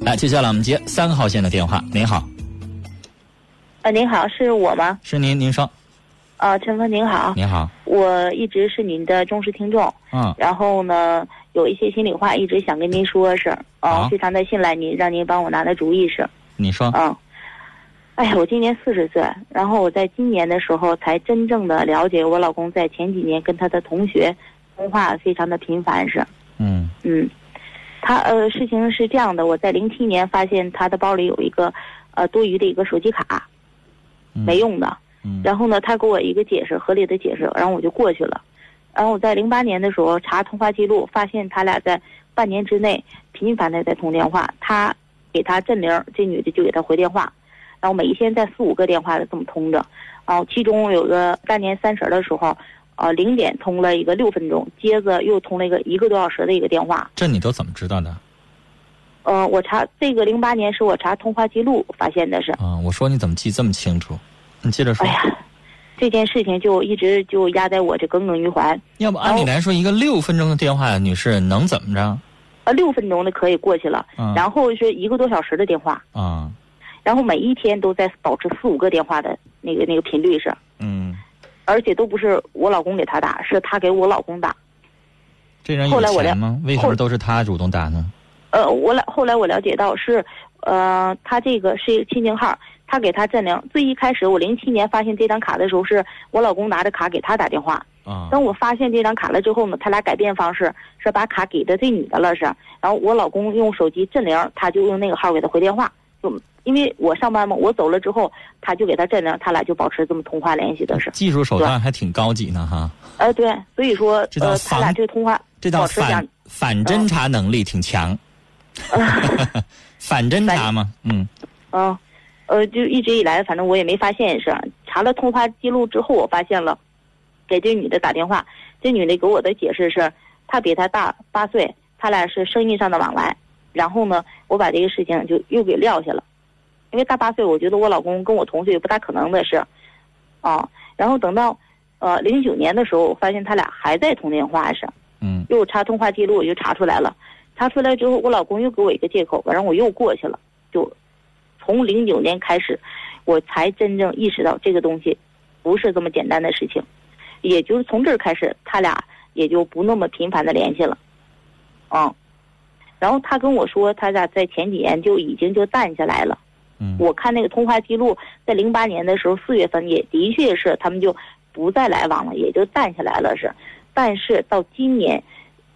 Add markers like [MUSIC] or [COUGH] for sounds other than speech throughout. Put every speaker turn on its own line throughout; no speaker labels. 来，接下来我们接三号线的电话。您好，
呃，您好，是我吗？
是您，您说，
呃，陈峰您好，
您好，
我一直是您的忠实听众，
嗯，
然后呢，有一些心里话一直想跟您说是，
好
呃，非常的信赖您，让您帮我拿拿主意是，
你说，
嗯。哎呀，我今年四十岁，然后我在今年的时候才真正的了解我老公在前几年跟他的同学通话非常的频繁是，
嗯
嗯，他呃，事情是这样的，我在零七年发现他的包里有一个呃多余的一个手机卡，
嗯
没用的。
嗯
然后呢，他给我一个解释，合理的解释，然后我就过去了。然后我在零八年的时候查通话记录，发现他俩在半年之内频繁的在通电话，他给他振铃，这女的就给他回电话，然后每一天在四五个电话的这么通着，啊，其中有个大年三十的时候，呃，零点通了一个六分钟，接着又通了一个一个多小时的一个电话，
这你都怎么知道的？
呃，我查这个零八年是我查通话记录发现的是，
啊、我说你怎么记这么清楚？你接着说
哎，呀，这件事情就一直就压在我这耿耿于怀。
要不按理来说，一个六分钟的电话，女士能怎么着？
呃，六分钟的可以过去了，
嗯
然后是一个多小时的电话，
啊，
然后每一天都在保持四五个电话的那个那个频率是，
嗯，
而且都不是我老公给他打，是他给我老公打。
这人
后
有
来我
钱
了
吗？为什
后
么都是他主动打呢？
呃，我了后来我了解到是，呃，他这个是一个亲情号，他给他占领。最一开始我零七年发现这张卡的时候，是我老公拿着卡给他打电话，
啊，
等我发现这张卡了之后呢，他俩改变方式，是把卡给的这女的了是，然后我老公用手机震铃，他就用那个号给他回电话，就因为我上班嘛，我走了之后，他就给他震铃，他俩就保持这么通话联系的是，
技术手段还挺高级呢哈，
哎、对，所以说
这叫
呃，
防
他俩这个通话
这叫
保持两
反反侦查能力挺强， [LAUGHS]
[LAUGHS]
反侦查嘛，嗯
嗯，呃，就一直以来，反正我也没发现是。查了通话记录之后，我发现了，给这女的打电话，这女的给我的解释是，她比她大八岁，他俩是生意上的往来。然后呢，我把这个事情就又给撂下了，因为大八岁，我觉得我老公跟我同岁不大可能的事，啊。然后等到，呃，零九年的时候，我发现他俩还在通电话是。
嗯
又查通话记录，我就查出来了。查出来之后，我老公又给我一个借口，然后我又过去了。就从零九年开始，我才真正意识到这个东西不是这么简单的事情。也就是从这儿开始，他俩也就不那么频繁的联系了。嗯，然后他跟我说，他俩在前几年就已经就淡下来了。
嗯，
我看那个通话记录，在零八年的时候四月份也的确是他们就不再来往了，也就淡下来了是。但是到今年，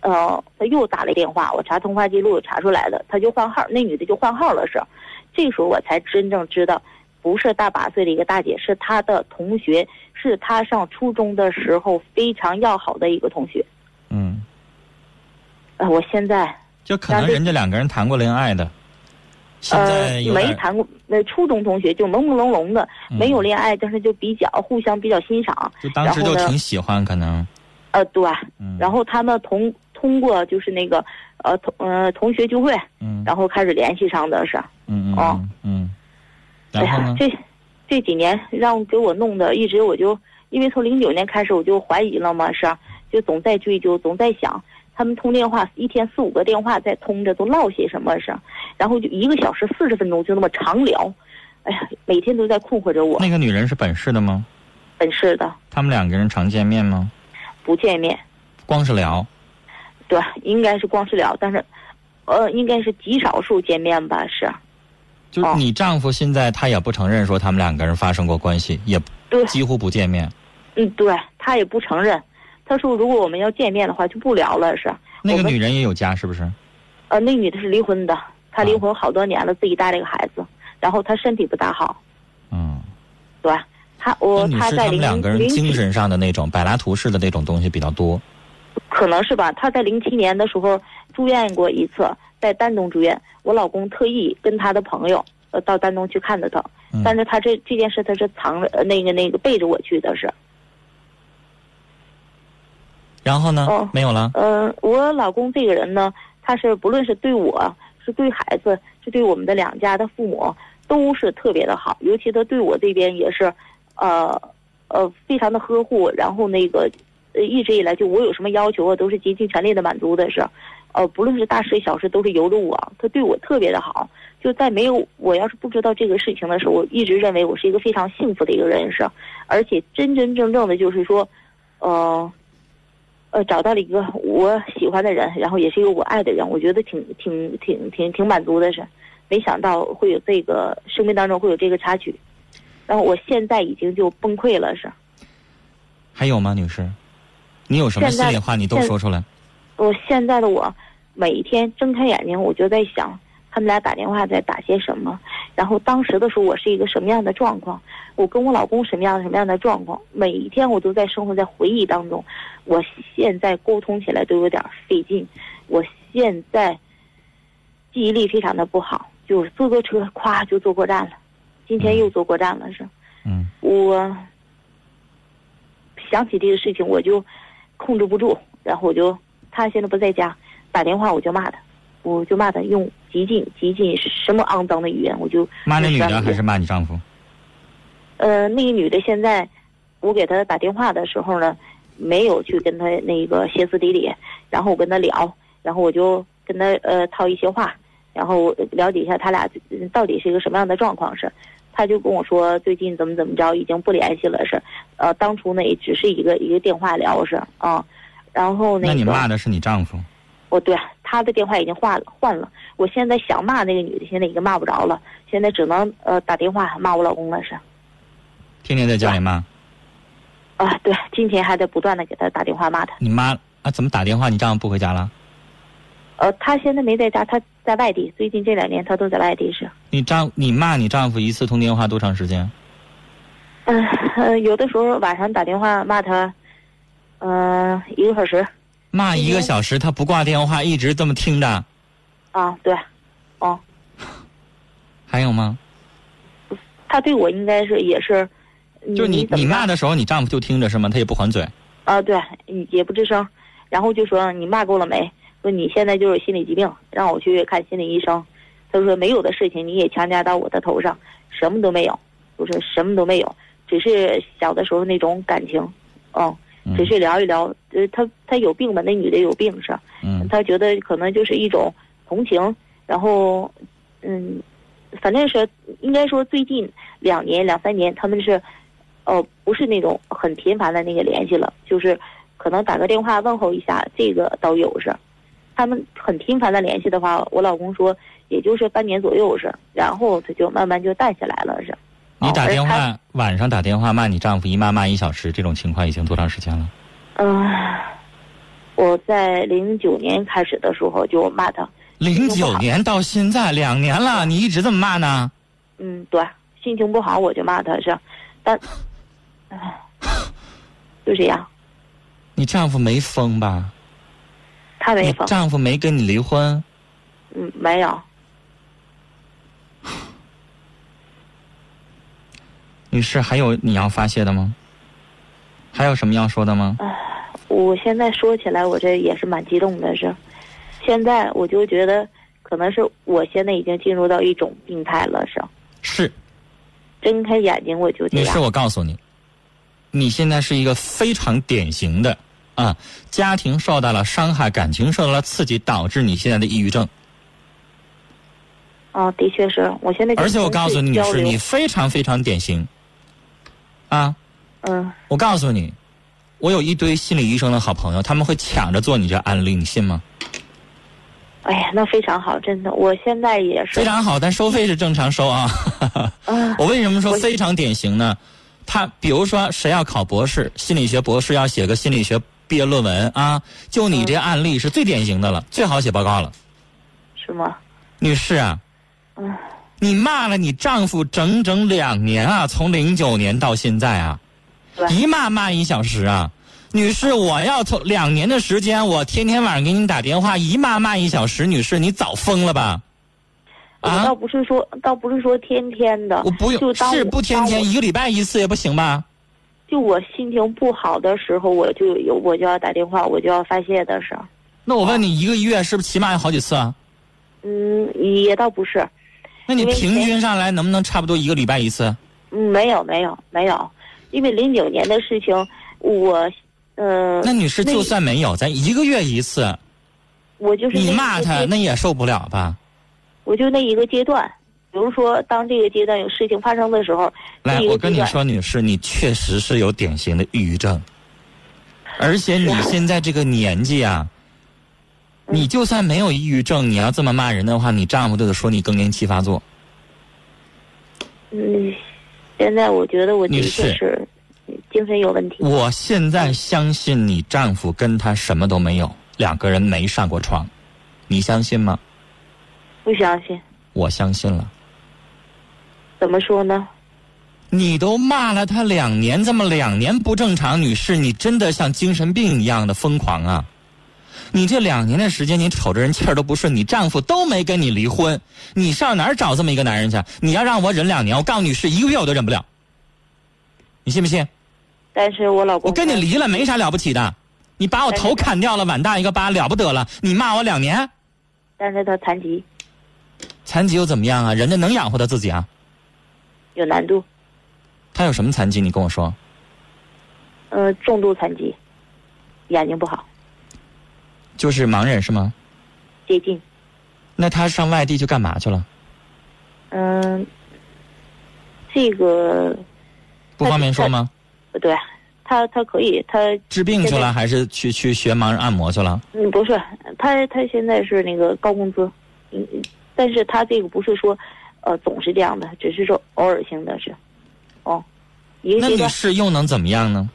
呃，他又打了电话，我查通话记录查出来的，他就换号，那女的就换号了是。这时候我才真正知道，不是大八岁的一个大姐，是她的同学，是她上初中的时候非常要好的一个同学。
嗯，
呃，我现在
就可能
然后
人家两个人谈过恋爱的，现在
呃
有
没
点
谈过，那初中同学就朦朦胧胧的，没
嗯
有恋爱，但是就比较互相比较欣赏。
就当时
然
就
后呢
挺喜欢，可能，
呃，对，
嗯，
然后他们同通过就是那个呃同呃同学聚会，
嗯
然后开始联系上的是，
嗯嗯
哦
嗯嗯，
哎
然后
呀
呢，？
这这几年让给我弄的，一直我就因为从零九年开始我就怀疑了嘛，是啊，就总在追究，总在想他们通电话一天四五个电话在通着，都唠些什么是啊，然后就一个小时四十分钟就那么长聊，哎呀，每天都在困惑着我，
那个女人是本市的吗？
本是的
他们两个人常见面吗？
不见面。
光是聊，
对，应该是光是聊，但是，呃，应该是极少数见面吧，是
就是
哦
你丈夫现在他也不承认说他们两个人发生过关系，也
对，
几乎不见面。
嗯，对他也不承认，他说如果我们要见面的话就不聊了，是，
那个
我们
女人也有家是不是？
呃，那女的是离婚的，她离
啊
婚好多年了，自己带了个孩子，然后她身体不大好，
嗯，
对，她我
那女
她
士
在
他们
零
两个人
零
精
七
神上的那种柏拉图式的那种东西比较多。
可能是吧，她在零七年的时候住院过一次，在丹东住院，我老公特意跟他的朋友呃到丹东去看的她，
嗯
但是她这这件事她是藏着呃那个那个背着我去的是。
然后呢？
哦
没有了。
呃，我老公这个人呢，他是不论是对我，是对孩子，是对我们的两家的父母，都是特别的好。尤其他对我这边也是，呃呃，非常的呵护。然后那个，呃，一直以来就我有什么要求啊，都是竭尽全力的满足的是。呃，不论是大事小事，都是由着我。他对我特别的好，就在没有我要是不知道这个事情的时候，我一直认为我是一个非常幸福的一个人是，而且真真正正的就是说，呃，呃，找到了一个我喜欢的人，然后也是一个我爱的人，我觉得挺挺挺挺挺满足的是，没想到会有这个生命当中会有这个插曲，然后我现在已经就崩溃了是。
还有吗，女士？你有什么
现在
心里话你都
现
说出来。
我现在的我，每天睁开眼睛，我就在想，他们俩打电话在打些什么，然后当时的时候我是一个什么样的状况，我跟我老公什么样的什么样的状况，每一天我都在生活在回忆当中。我现在沟通起来都有点费劲，我现在记忆力非常的不好，就是坐坐车咵就坐过站了，今天又坐过站了是。
嗯，
我想起这个事情，我就控制不住，然后我就他现在不在家，打电话我就骂他，我就骂他用极尽极尽什么肮脏的语言，我就
骂那女
就
的
是
还是骂你丈夫？
呃那个女的现在我给她打电话的时候呢，没有去跟她那个歇斯底里，然后我跟她聊，然后我就跟她呃套一些话，然后了解一下他俩呃到底是一个什么样的状况是。他就跟我说最近怎么怎么着，已经不联系了是，呃，当初呢也只是一个一个电话聊是啊，然后那
那
个
你骂的是你丈夫？
我对他的电话已经换了换了，我现在想骂那个女的，现在已经骂不着了，现在只能呃打电话骂我老公了是
天天在家里骂？
啊，对，今天还在不断的给他打电话骂他，
你妈啊？怎么打电话你丈夫不回家了？
呃，他现在没在家，他在外地，最近这两年他都在外地是，
你丈你骂你丈夫一次通电话多长时间？
嗯、呃，有的时候晚上打电话骂他，嗯、一个小时
骂一个
嗯
小时，他不挂电话，一直这么听的。
啊，对，哦、
还有吗？
他对我应该是也是，
就是你
怎么
你
样
骂的时候，你丈夫就听着是吗？他也不还嘴。
啊，对，嗯也不吱声，然后就说你骂够了没？说你现在就是心理疾病，让我去看心理医生。他说没有的事情你也强加到我的头上，什么都没有，我说什么都没有，只是小的时候那种感情，嗯，
嗯
只是聊一聊。呃，他他有病吧？那女的有病是吧，
嗯，
他觉得可能就是一种同情，然后，嗯，反正是应该说最近两年两三年他们是，呃，不是那种很频繁的那个联系了，就是可能打个电话问候一下，这个倒有是。他们很频繁的联系的话，我老公说也就是半年左右是，然后他就慢慢就淡下来了是。
你打电
哦而
话晚上打电话骂你丈夫一骂骂一小时，这种情况已经多长时间了？
嗯、我在零九年开始的时候就骂他，
零九年到现在两年了，你一直这么骂呢？
嗯，对，心情不好我就骂他是，但，唉，就这样，
你丈夫没疯吧？
他没
你
疯，
丈夫没跟你离婚？
嗯，没有，
女士，还有你要发泄的吗？还有什么要说的吗？
呃我现在说起来我这也是蛮激动的是，现在我就觉得可能是我现在已经进入到一种病态了是，
是，
睁开眼睛我就这
女士，
样，
我告诉你，你现在是一个非常典型的啊，家庭受到了伤害，感情受到了刺激，导致你现在的抑郁症。
啊，的确是我现在就
而且我告诉你，女
跟自
士，
己交流
你非常非常典型。啊，
嗯
我告诉你，我有一堆心理医生的好朋友，他们会抢着做你这案例，你信吗？
哎呀，那非常好，真的，我现在也是
非，常好，但收费是正常收啊。
[LAUGHS] 嗯、
我为什么说
我
非常典型呢？他比如说，谁要考博士，心理学博士要写个心理学毕业论文啊，就你这案例是最典型
嗯
的了，最好写报告了。
是吗？
女士啊，
嗯，
你骂了你丈夫整整两年啊，从零九年到现在啊，
对嗯
一骂骂一小时啊。女士，我要从两年的时间，我天天晚上给你打电话，一骂骂一小时。女士，你早疯了吧？
我
啊
倒不是说，倒不是说天天的，
我不
就
用，
当
是不天
当我
天，一个礼拜一次也不行吧？
就我心情不好的时候，我就有我就要打电话，我就要发泄的时候，
那我问你，一个月是不是起码有好几次啊？
嗯，也倒不是，
那你
因为
平均上来能不能差不多一个礼拜一次？
嗯，没有没有没有，因为零九年的事情，我，呃，
那女士
那
就
你
算没有，咱一个月一次，
我就是
你
那
骂
个
他
阶
那也受不了吧？
我就那一个阶段，比如说当这个阶段有事情发生的时候，
来
那，一个
我跟
阶
你
段
说，女士，你确实是有典型的抑郁症，而且你现在这个年纪啊，
啊嗯
你就算没有抑郁症，你要这么骂人的话，你丈夫都得说你更年期发作。
嗯，现在我觉得我的
女
确
士
是精神有问题。
我现
嗯
在相信你丈夫跟他什么都没有，两个人没上过床，你相信吗？
不相信，
我相信了。
怎么说呢？
你都骂了他两年，这么两年不正常，女士，你真的像精神病一样的疯狂啊！你这两年的时间，你瞅着人气儿都不顺，你丈夫都没跟你离婚，你上哪儿找这么一个男人去？你要让我忍两年，我告诉女士，一个月我都忍不了。你信不信？
但是我老公，
我跟你离了没啥了不起的，你把我头砍掉了，碗大一个疤，了不得了？你骂我两年，
但是他残疾
残疾又怎么样啊？人家能养活他自己啊？
有难度，
他有什么残疾？你跟我说。
呃，重度残疾，眼睛不好，
就是盲人是吗？
接近，
那他上外地去干嘛去了？
嗯、这个
不方便说吗？
不对，啊他他可以，他
治病去
现
了，
在
还是去去学盲人按摩去了？
嗯不是他他现在是那个高工资，嗯，但是他这个不是说，呃，总是这样的，只是说偶尔性的是，哦，一个
那
阶
女
段
士又能怎么样呢？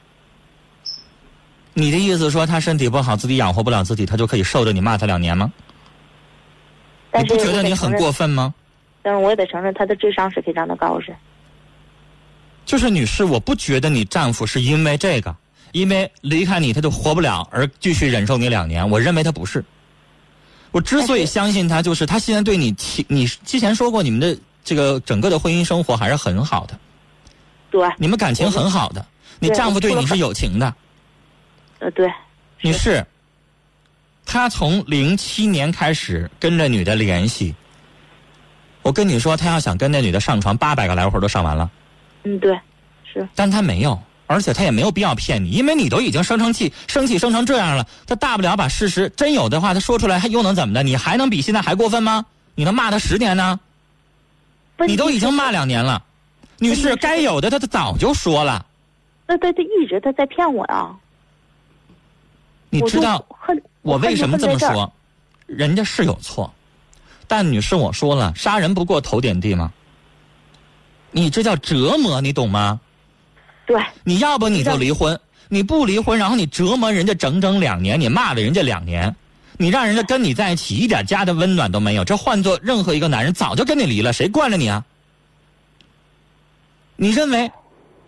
你的意思说她身体不好，自己养活不了自己，她就可以受着你骂她两年吗？你
但是
不觉
我
得
得
你
承
很
认，
过分吗？
但是我也得承认他的智商是非常的高，是，
就是女士，我不觉得你丈夫是因为这个，因为离开你他就活不了而继续忍受你两年。我认为他不是。我之所以
但
相信他，就是他现在对你情，你之前说过你们的这个整个的婚姻生活还是很好的，
对，
你们感情很好的，你
对
丈夫对
我
你
说
是有情的。
呃，对，
女士，他从零七年开始跟着女的联系。我跟你说，他要想跟那女的上床，八百个来回都上完了，
嗯，对，是，
但他没有，而且他也没有必要骗你，因为你都已经生成气、生气生成这样了，他大不了把事实真有的话，他说出来，还又能怎么的？你还能比现在还过分吗？你能骂他十年呢？
问
你都
题
已经骂两年了，女
问
士，
题是
该有的他他早就说了，
那他他呃一直他在骗我啊！
你
我
知
就
道
恨
我为什么这么？
恨就恨在儿
说？人家是有错，但女士，我说了，杀人不过头点地吗？你这叫折磨，你懂吗？
对，
你要不你就离婚，你不离婚，然后你折磨人家整整两年，你骂了人家两年，你让人家跟你在一起一点家的温暖都没有，这换做任何一个男人早就跟你离了，谁惯着你啊？你认为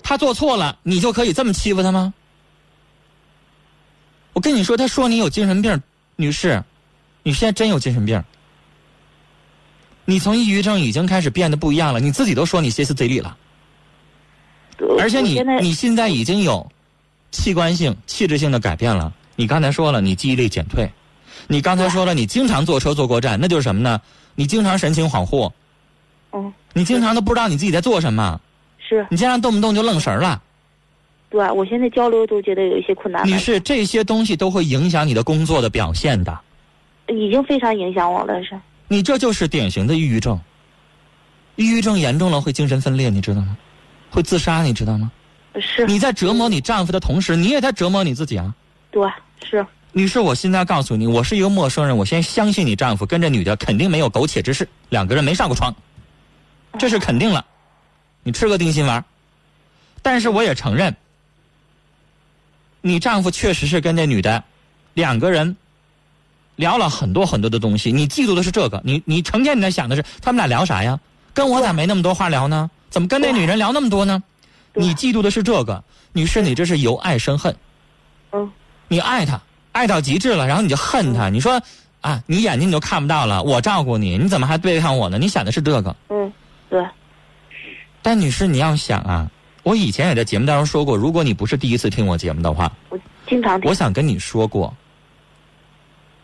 他做错了，你就可以这么欺负他吗？我跟你说，他说你有精神病，女士，你现在真有精神病。你从抑郁症已经开始变得不一样了，你自己都说你歇斯底里了。
呃
而且
我
你
现在
你现在已经有器官性、器质性的改变了。你刚才说了，你记忆力减退。你刚才说了，你经常坐车坐过站，那就是什么呢？你经常神情恍惚，
嗯
你经常都不知道你自己在做什么，
是
你经常动不动就愣神儿了。
对，我现在交流都觉得有一些困难了，
女士，这些东西都会影响你的工作的表现的。
已经非常影响我了，是
你这就是典型的抑郁症。抑郁症严重了会精神分裂，你知道吗？会自杀，你知道吗？
是，
你在折磨你丈夫的同时，你也在折磨你自己啊。
对是，
女士，我现在告诉你，我是一个陌生人，我先相信你丈夫跟这女的肯定没有苟且之事，两个人没上过床，这是肯定了。你吃个定心丸，但是我也承认，你丈夫确实是跟这女的两个人聊了很多很多的东西。你嫉妒的是这个，你你成天你在想的是他们俩聊啥呀？跟我咋没那么多话聊呢？怎么跟那女人聊那么多呢？
对
你嫉妒的是这个，女士，你这是由爱生恨。
嗯
你爱他，爱到极致了，然后你就恨他。你说啊，你眼睛你都看不到了，我照顾你，你怎么还背叛我呢？你想的是这个，
嗯对
但女士你要想啊，我以前也在节目当中说过，如果你不是第一次听我节目的话，
我经常听
我想跟你说过，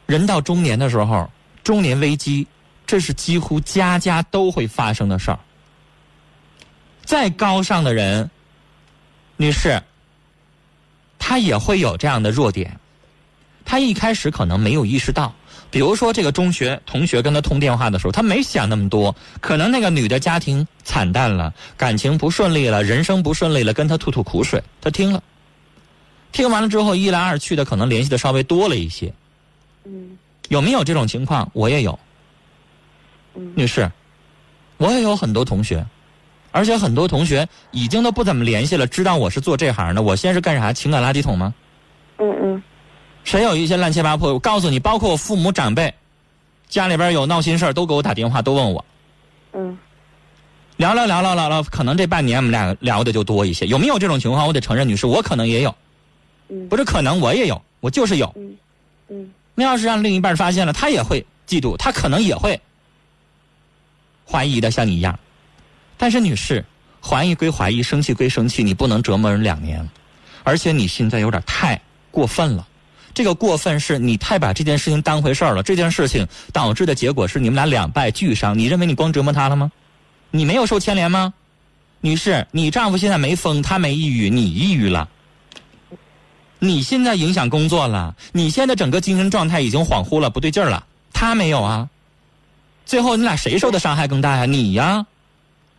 人到中年的时候，中年危机，这是几乎家家都会发生的事儿。再高尚的人，女士，他也会有这样的弱点。他一开始可能没有意识到，比如说这个中学同学跟他通电话的时候，他没想那么多，可能那个女的家庭惨淡了，感情不顺利了，人生不顺利了，跟他吐吐苦水，他听了，听完了之后一来二去的，可能联系的稍微多了一些。
嗯
有没有这种情况？我也有，
嗯
女士，我也有很多同学，而且很多同学已经都不怎么联系了，知道我是做这行的。我先是干啥？情感垃圾桶吗？
嗯嗯
谁有一些乱七八破？我告诉你，包括我父母长辈，家里边有闹心事儿都给我打电话，都问我
嗯
聊聊聊聊聊聊。可能这半年我们俩聊的就多一些，有没有这种情况？我得承认，女士，我可能也有，
嗯
不是可能，我也有，我就是有。
嗯嗯
那要是让另一半发现了，他也会嫉妒，他可能也会怀疑的，像你一样。但是女士，怀疑归怀疑，生气归生气，你不能折磨人两年，而且你现在有点太过分了。这个过分是你太把这件事情当回事儿了，这件事情导致的结果是你们俩两败俱伤。你认为你光折磨他了吗？你没有受牵连吗？女士，你丈夫现在没疯，他没抑郁，你抑郁了。你现在影响工作了，你现在整个精神状态已经恍惚了，不对劲儿了。他没有啊，最后你俩谁受的伤害更大呀、你呀、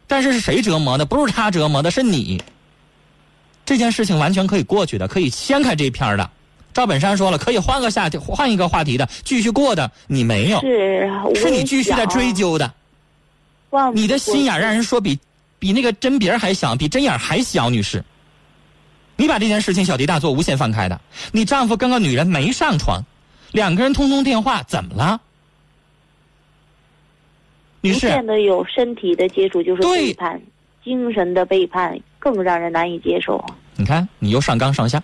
但是是谁折磨的？不是他折磨的，是你。这件事情完全可以过去的，可以掀开这一篇儿的。赵本山说了，可以换个下题，换一个话题的，继续过的。你没有，
是啊我
是你
也
继续在
想
追究的。
忘不
你的心眼
过
儿让人说比比那个针鼻儿还小，比针眼儿还小，女士。你把这件事情小题大做，无限放开的。你丈夫跟个女人没上床，两个人通通电话，怎么了？女
逐渐
士，
的有身体的接触就是
对
背叛，精神的背叛更让人难以接受。
你看你又上纲上线。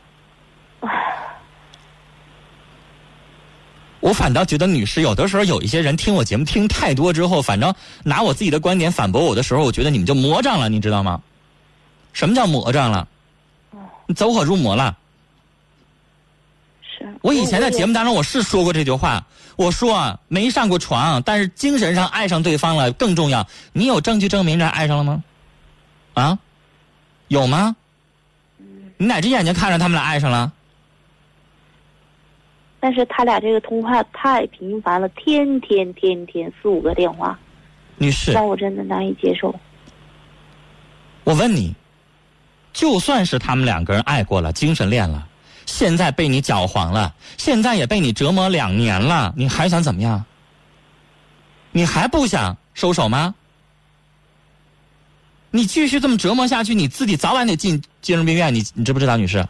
我反倒觉得女士有的时候有一些人听我节目听太多之后，反正拿我自己的观点反驳我的时候，我觉得你们就魔障了，你知道吗？什么叫魔障了？你走火入魔了。
是
我以前在节
目
目当中我是说过这句话，我说啊，没上过床，但是精神上爱上对方了更重要。你有证据证明这爱上了吗？啊，有吗？你哪只眼睛看着他们俩爱上了？
但是他俩这个通话太频繁了，天天天天四五个电话，
女士，
让我真的难以接受。
我问你，就算是他们两个人爱过了，精神恋了，现在被你搅黄了，现在也被你折磨两年了，你还想怎么样？你还不想收手吗？你继续这么折磨下去，你自己早晚得进精神病院，你你知不知道，女士？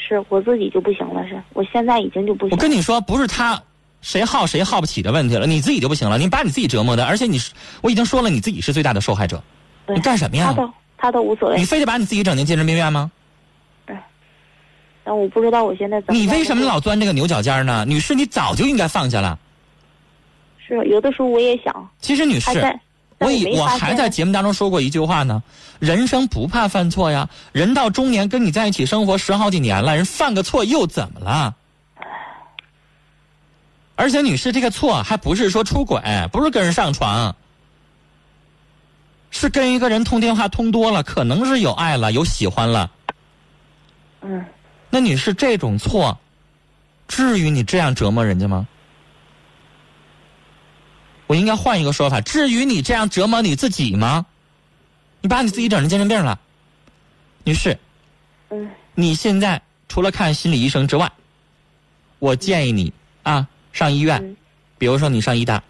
是我自己就不行了，是我现在已经就不
我
行了。
跟你说，不是他谁耗谁耗不起的问题了，你自己就不行了，你把你自己折磨的，而且你是我已经说了，你自己是最大的受害者，
对
你干什么呀
他？倒他倒无所谓
你，非得把你自己整进精神病院吗？
但我不知道我现在怎么。
你为什么老钻这个牛角尖儿呢？女士，你早就应该放下了。
是有的时候我也想，
其实，女
还
士，
在，啊但
我以
没
我
发现
还在节目当中说过一句话呢：人生不怕犯错呀，人到中年跟你在一起生活十好几年了，人犯个错又怎么了？而且，女士，这个错还不是说出轨，不是跟人上床，是跟一个人通电话通多了，可能是有爱了，有喜欢了。
嗯，
那女士，这种错，至于你这样折磨人家吗？我应该换一个说法，至于你这样折磨你自己吗？你把你自己整成精神病了，女士，
嗯，
你现在除了看心理医生之外，我建议你啊上医院
嗯，
比如说你上医大，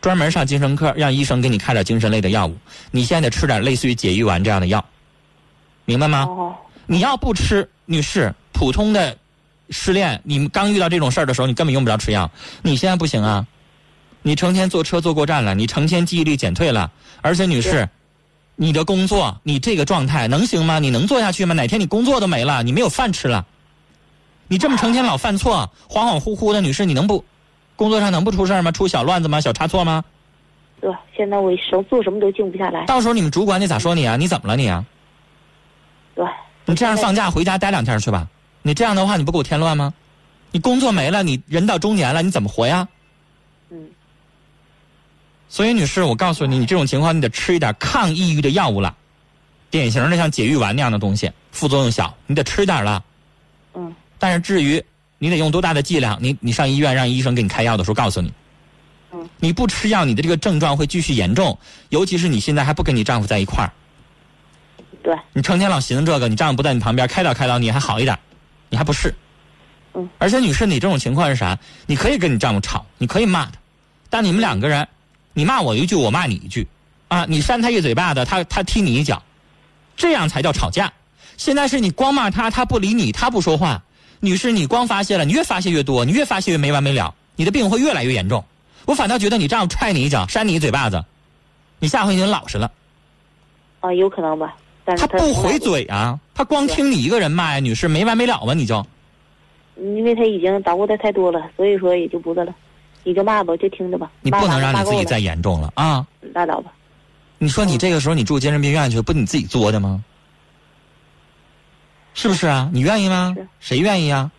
专门上精神科，让医生给你开点精神类的药物。你现在得吃点类似于解郁丸这样的药，明白吗？
哦，
你要不吃，女士，普通的失恋，你们刚遇到这种事儿的时候，你根本用不着吃药。你现在不行啊，你成天坐车坐过站了，你成天记忆力减退了，而且女士，你的工作，你这个状态能行吗？你能做下去吗？哪天你工作都没了，你没有饭吃了，你这么成天老犯错，恍恍惚惚的，女士，你能不工作上能不出事儿吗？出小乱子吗？小差错吗？
对，现在我什做什么都静不下来，
到时候你们主管得咋说你啊？你怎么了你啊？
对，
你这样放假回家待两天去吧。你这样的话，你不给我添乱吗？你工作没了，你人到中年了，你怎么活呀？
嗯，
所以，女士，我告诉你，你这种情况，你得吃一点抗抑郁的药物了，典型的像解郁丸那样的东西，副作用小，你得吃点了。
嗯
但是至于你得用多大的剂量，你你上医院让医生给你开药的时候告诉你，
嗯
你不吃药，你的这个症状会继续严重，尤其是你现在还不跟你丈夫在一块儿，
对，
你成天老寻思这个，你丈夫不在你旁边开导开导你还好一点，你还不是。
嗯。
而且女士，你这种情况是啥？你可以跟你丈夫吵，你可以骂他，但你们两个人，你骂我一句，我骂你一句，啊，你扇他一嘴巴子，他他踢你一脚，这样才叫吵架。现在是你光骂他，他不理你，他不说话。女士，你光发泄了，你越发泄越多，你越发泄越没完没了，你的病会越来越严重。我反倒觉得你丈夫踹你一脚，扇你一嘴巴子，你下回你就老实了。
啊，有可能吧，但是
他
他
不
从来
回，嘴啊，他光听你一个人骂呀，女士没完没了吧？你就
因为他已经捣鼓的太多了，所以说也就不是了，你就骂吧，就听着吧，
你
骂
不能
完了
让
骂
你自己
够了
再严重了啊！
拉倒吧，
你说你这个时候你住精神病院去，不你自己作的吗？是不是啊？你愿意吗
是？
谁愿意啊？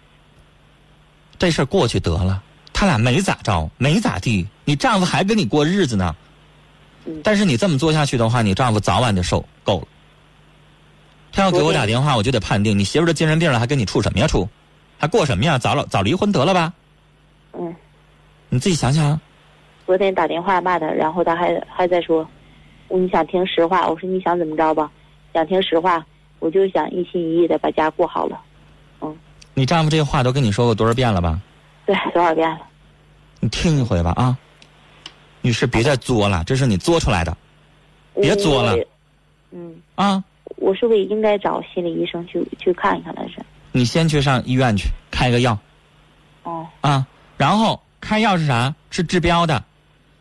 这事儿过去得了，他俩没咋着，没咋地，你丈夫还跟你过日子呢
嗯。
但是你这么做下去的话，你丈夫早晚就受够了。他要给我
昨天
打电话，我就得判定你媳妇儿都精神病了，还跟你处什么呀处？还过什么呀？早老早离婚得了吧？
嗯。
你自己想想啊。
昨天打电话骂他，然后他还还在说，我你想听实话，我说你想怎么着吧，想听实话，我就想一心一意的把家过好了， [LAUGHS]
你丈夫这话都跟你说过多少遍了吧？
对，多少遍了，
你听一回吧啊！女士，别再作了，这是你作出来的别作了
我，嗯，
啊！
我是不是也应该找心理医生去去看一看来着？
你先去上医院去开个药
哦，
啊，然后开药是啥？是治标的，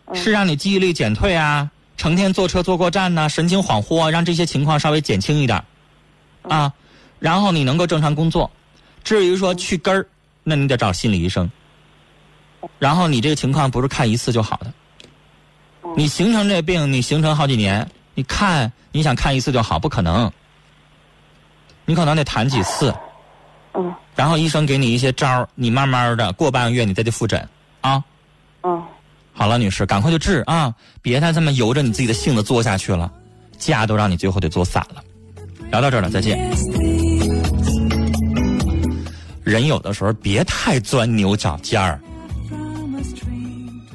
嗯
是让你记忆力减退啊，成天坐车坐过站呐、神情恍惚啊，让这些情况稍微减轻一点儿
嗯
啊，然后你能够正常工作。至于说去根儿，那你得找心理医生。然后你这个情况不是看一次就好的，
嗯
你形成这病，你形成好几年，你看你想看一次就好，不可能。你可能得谈几次，
嗯
然后医生给你一些招儿，你慢慢的过半个月你再去复诊啊。
嗯，
好了，女士，赶快去治啊！别再这么由着你自己的性子作下去了，家都让你最后得作散了。聊到这儿了，再见。人有的时候别太钻牛角尖儿，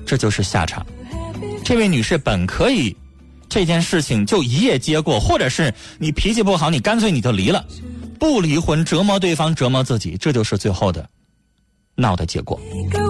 这就是下场。这位女士本可以这件事情就一夜接过，或者是你脾气不好，你干脆你就离了，不离婚折磨对方折磨自己，这就是最后的闹的结果。
Go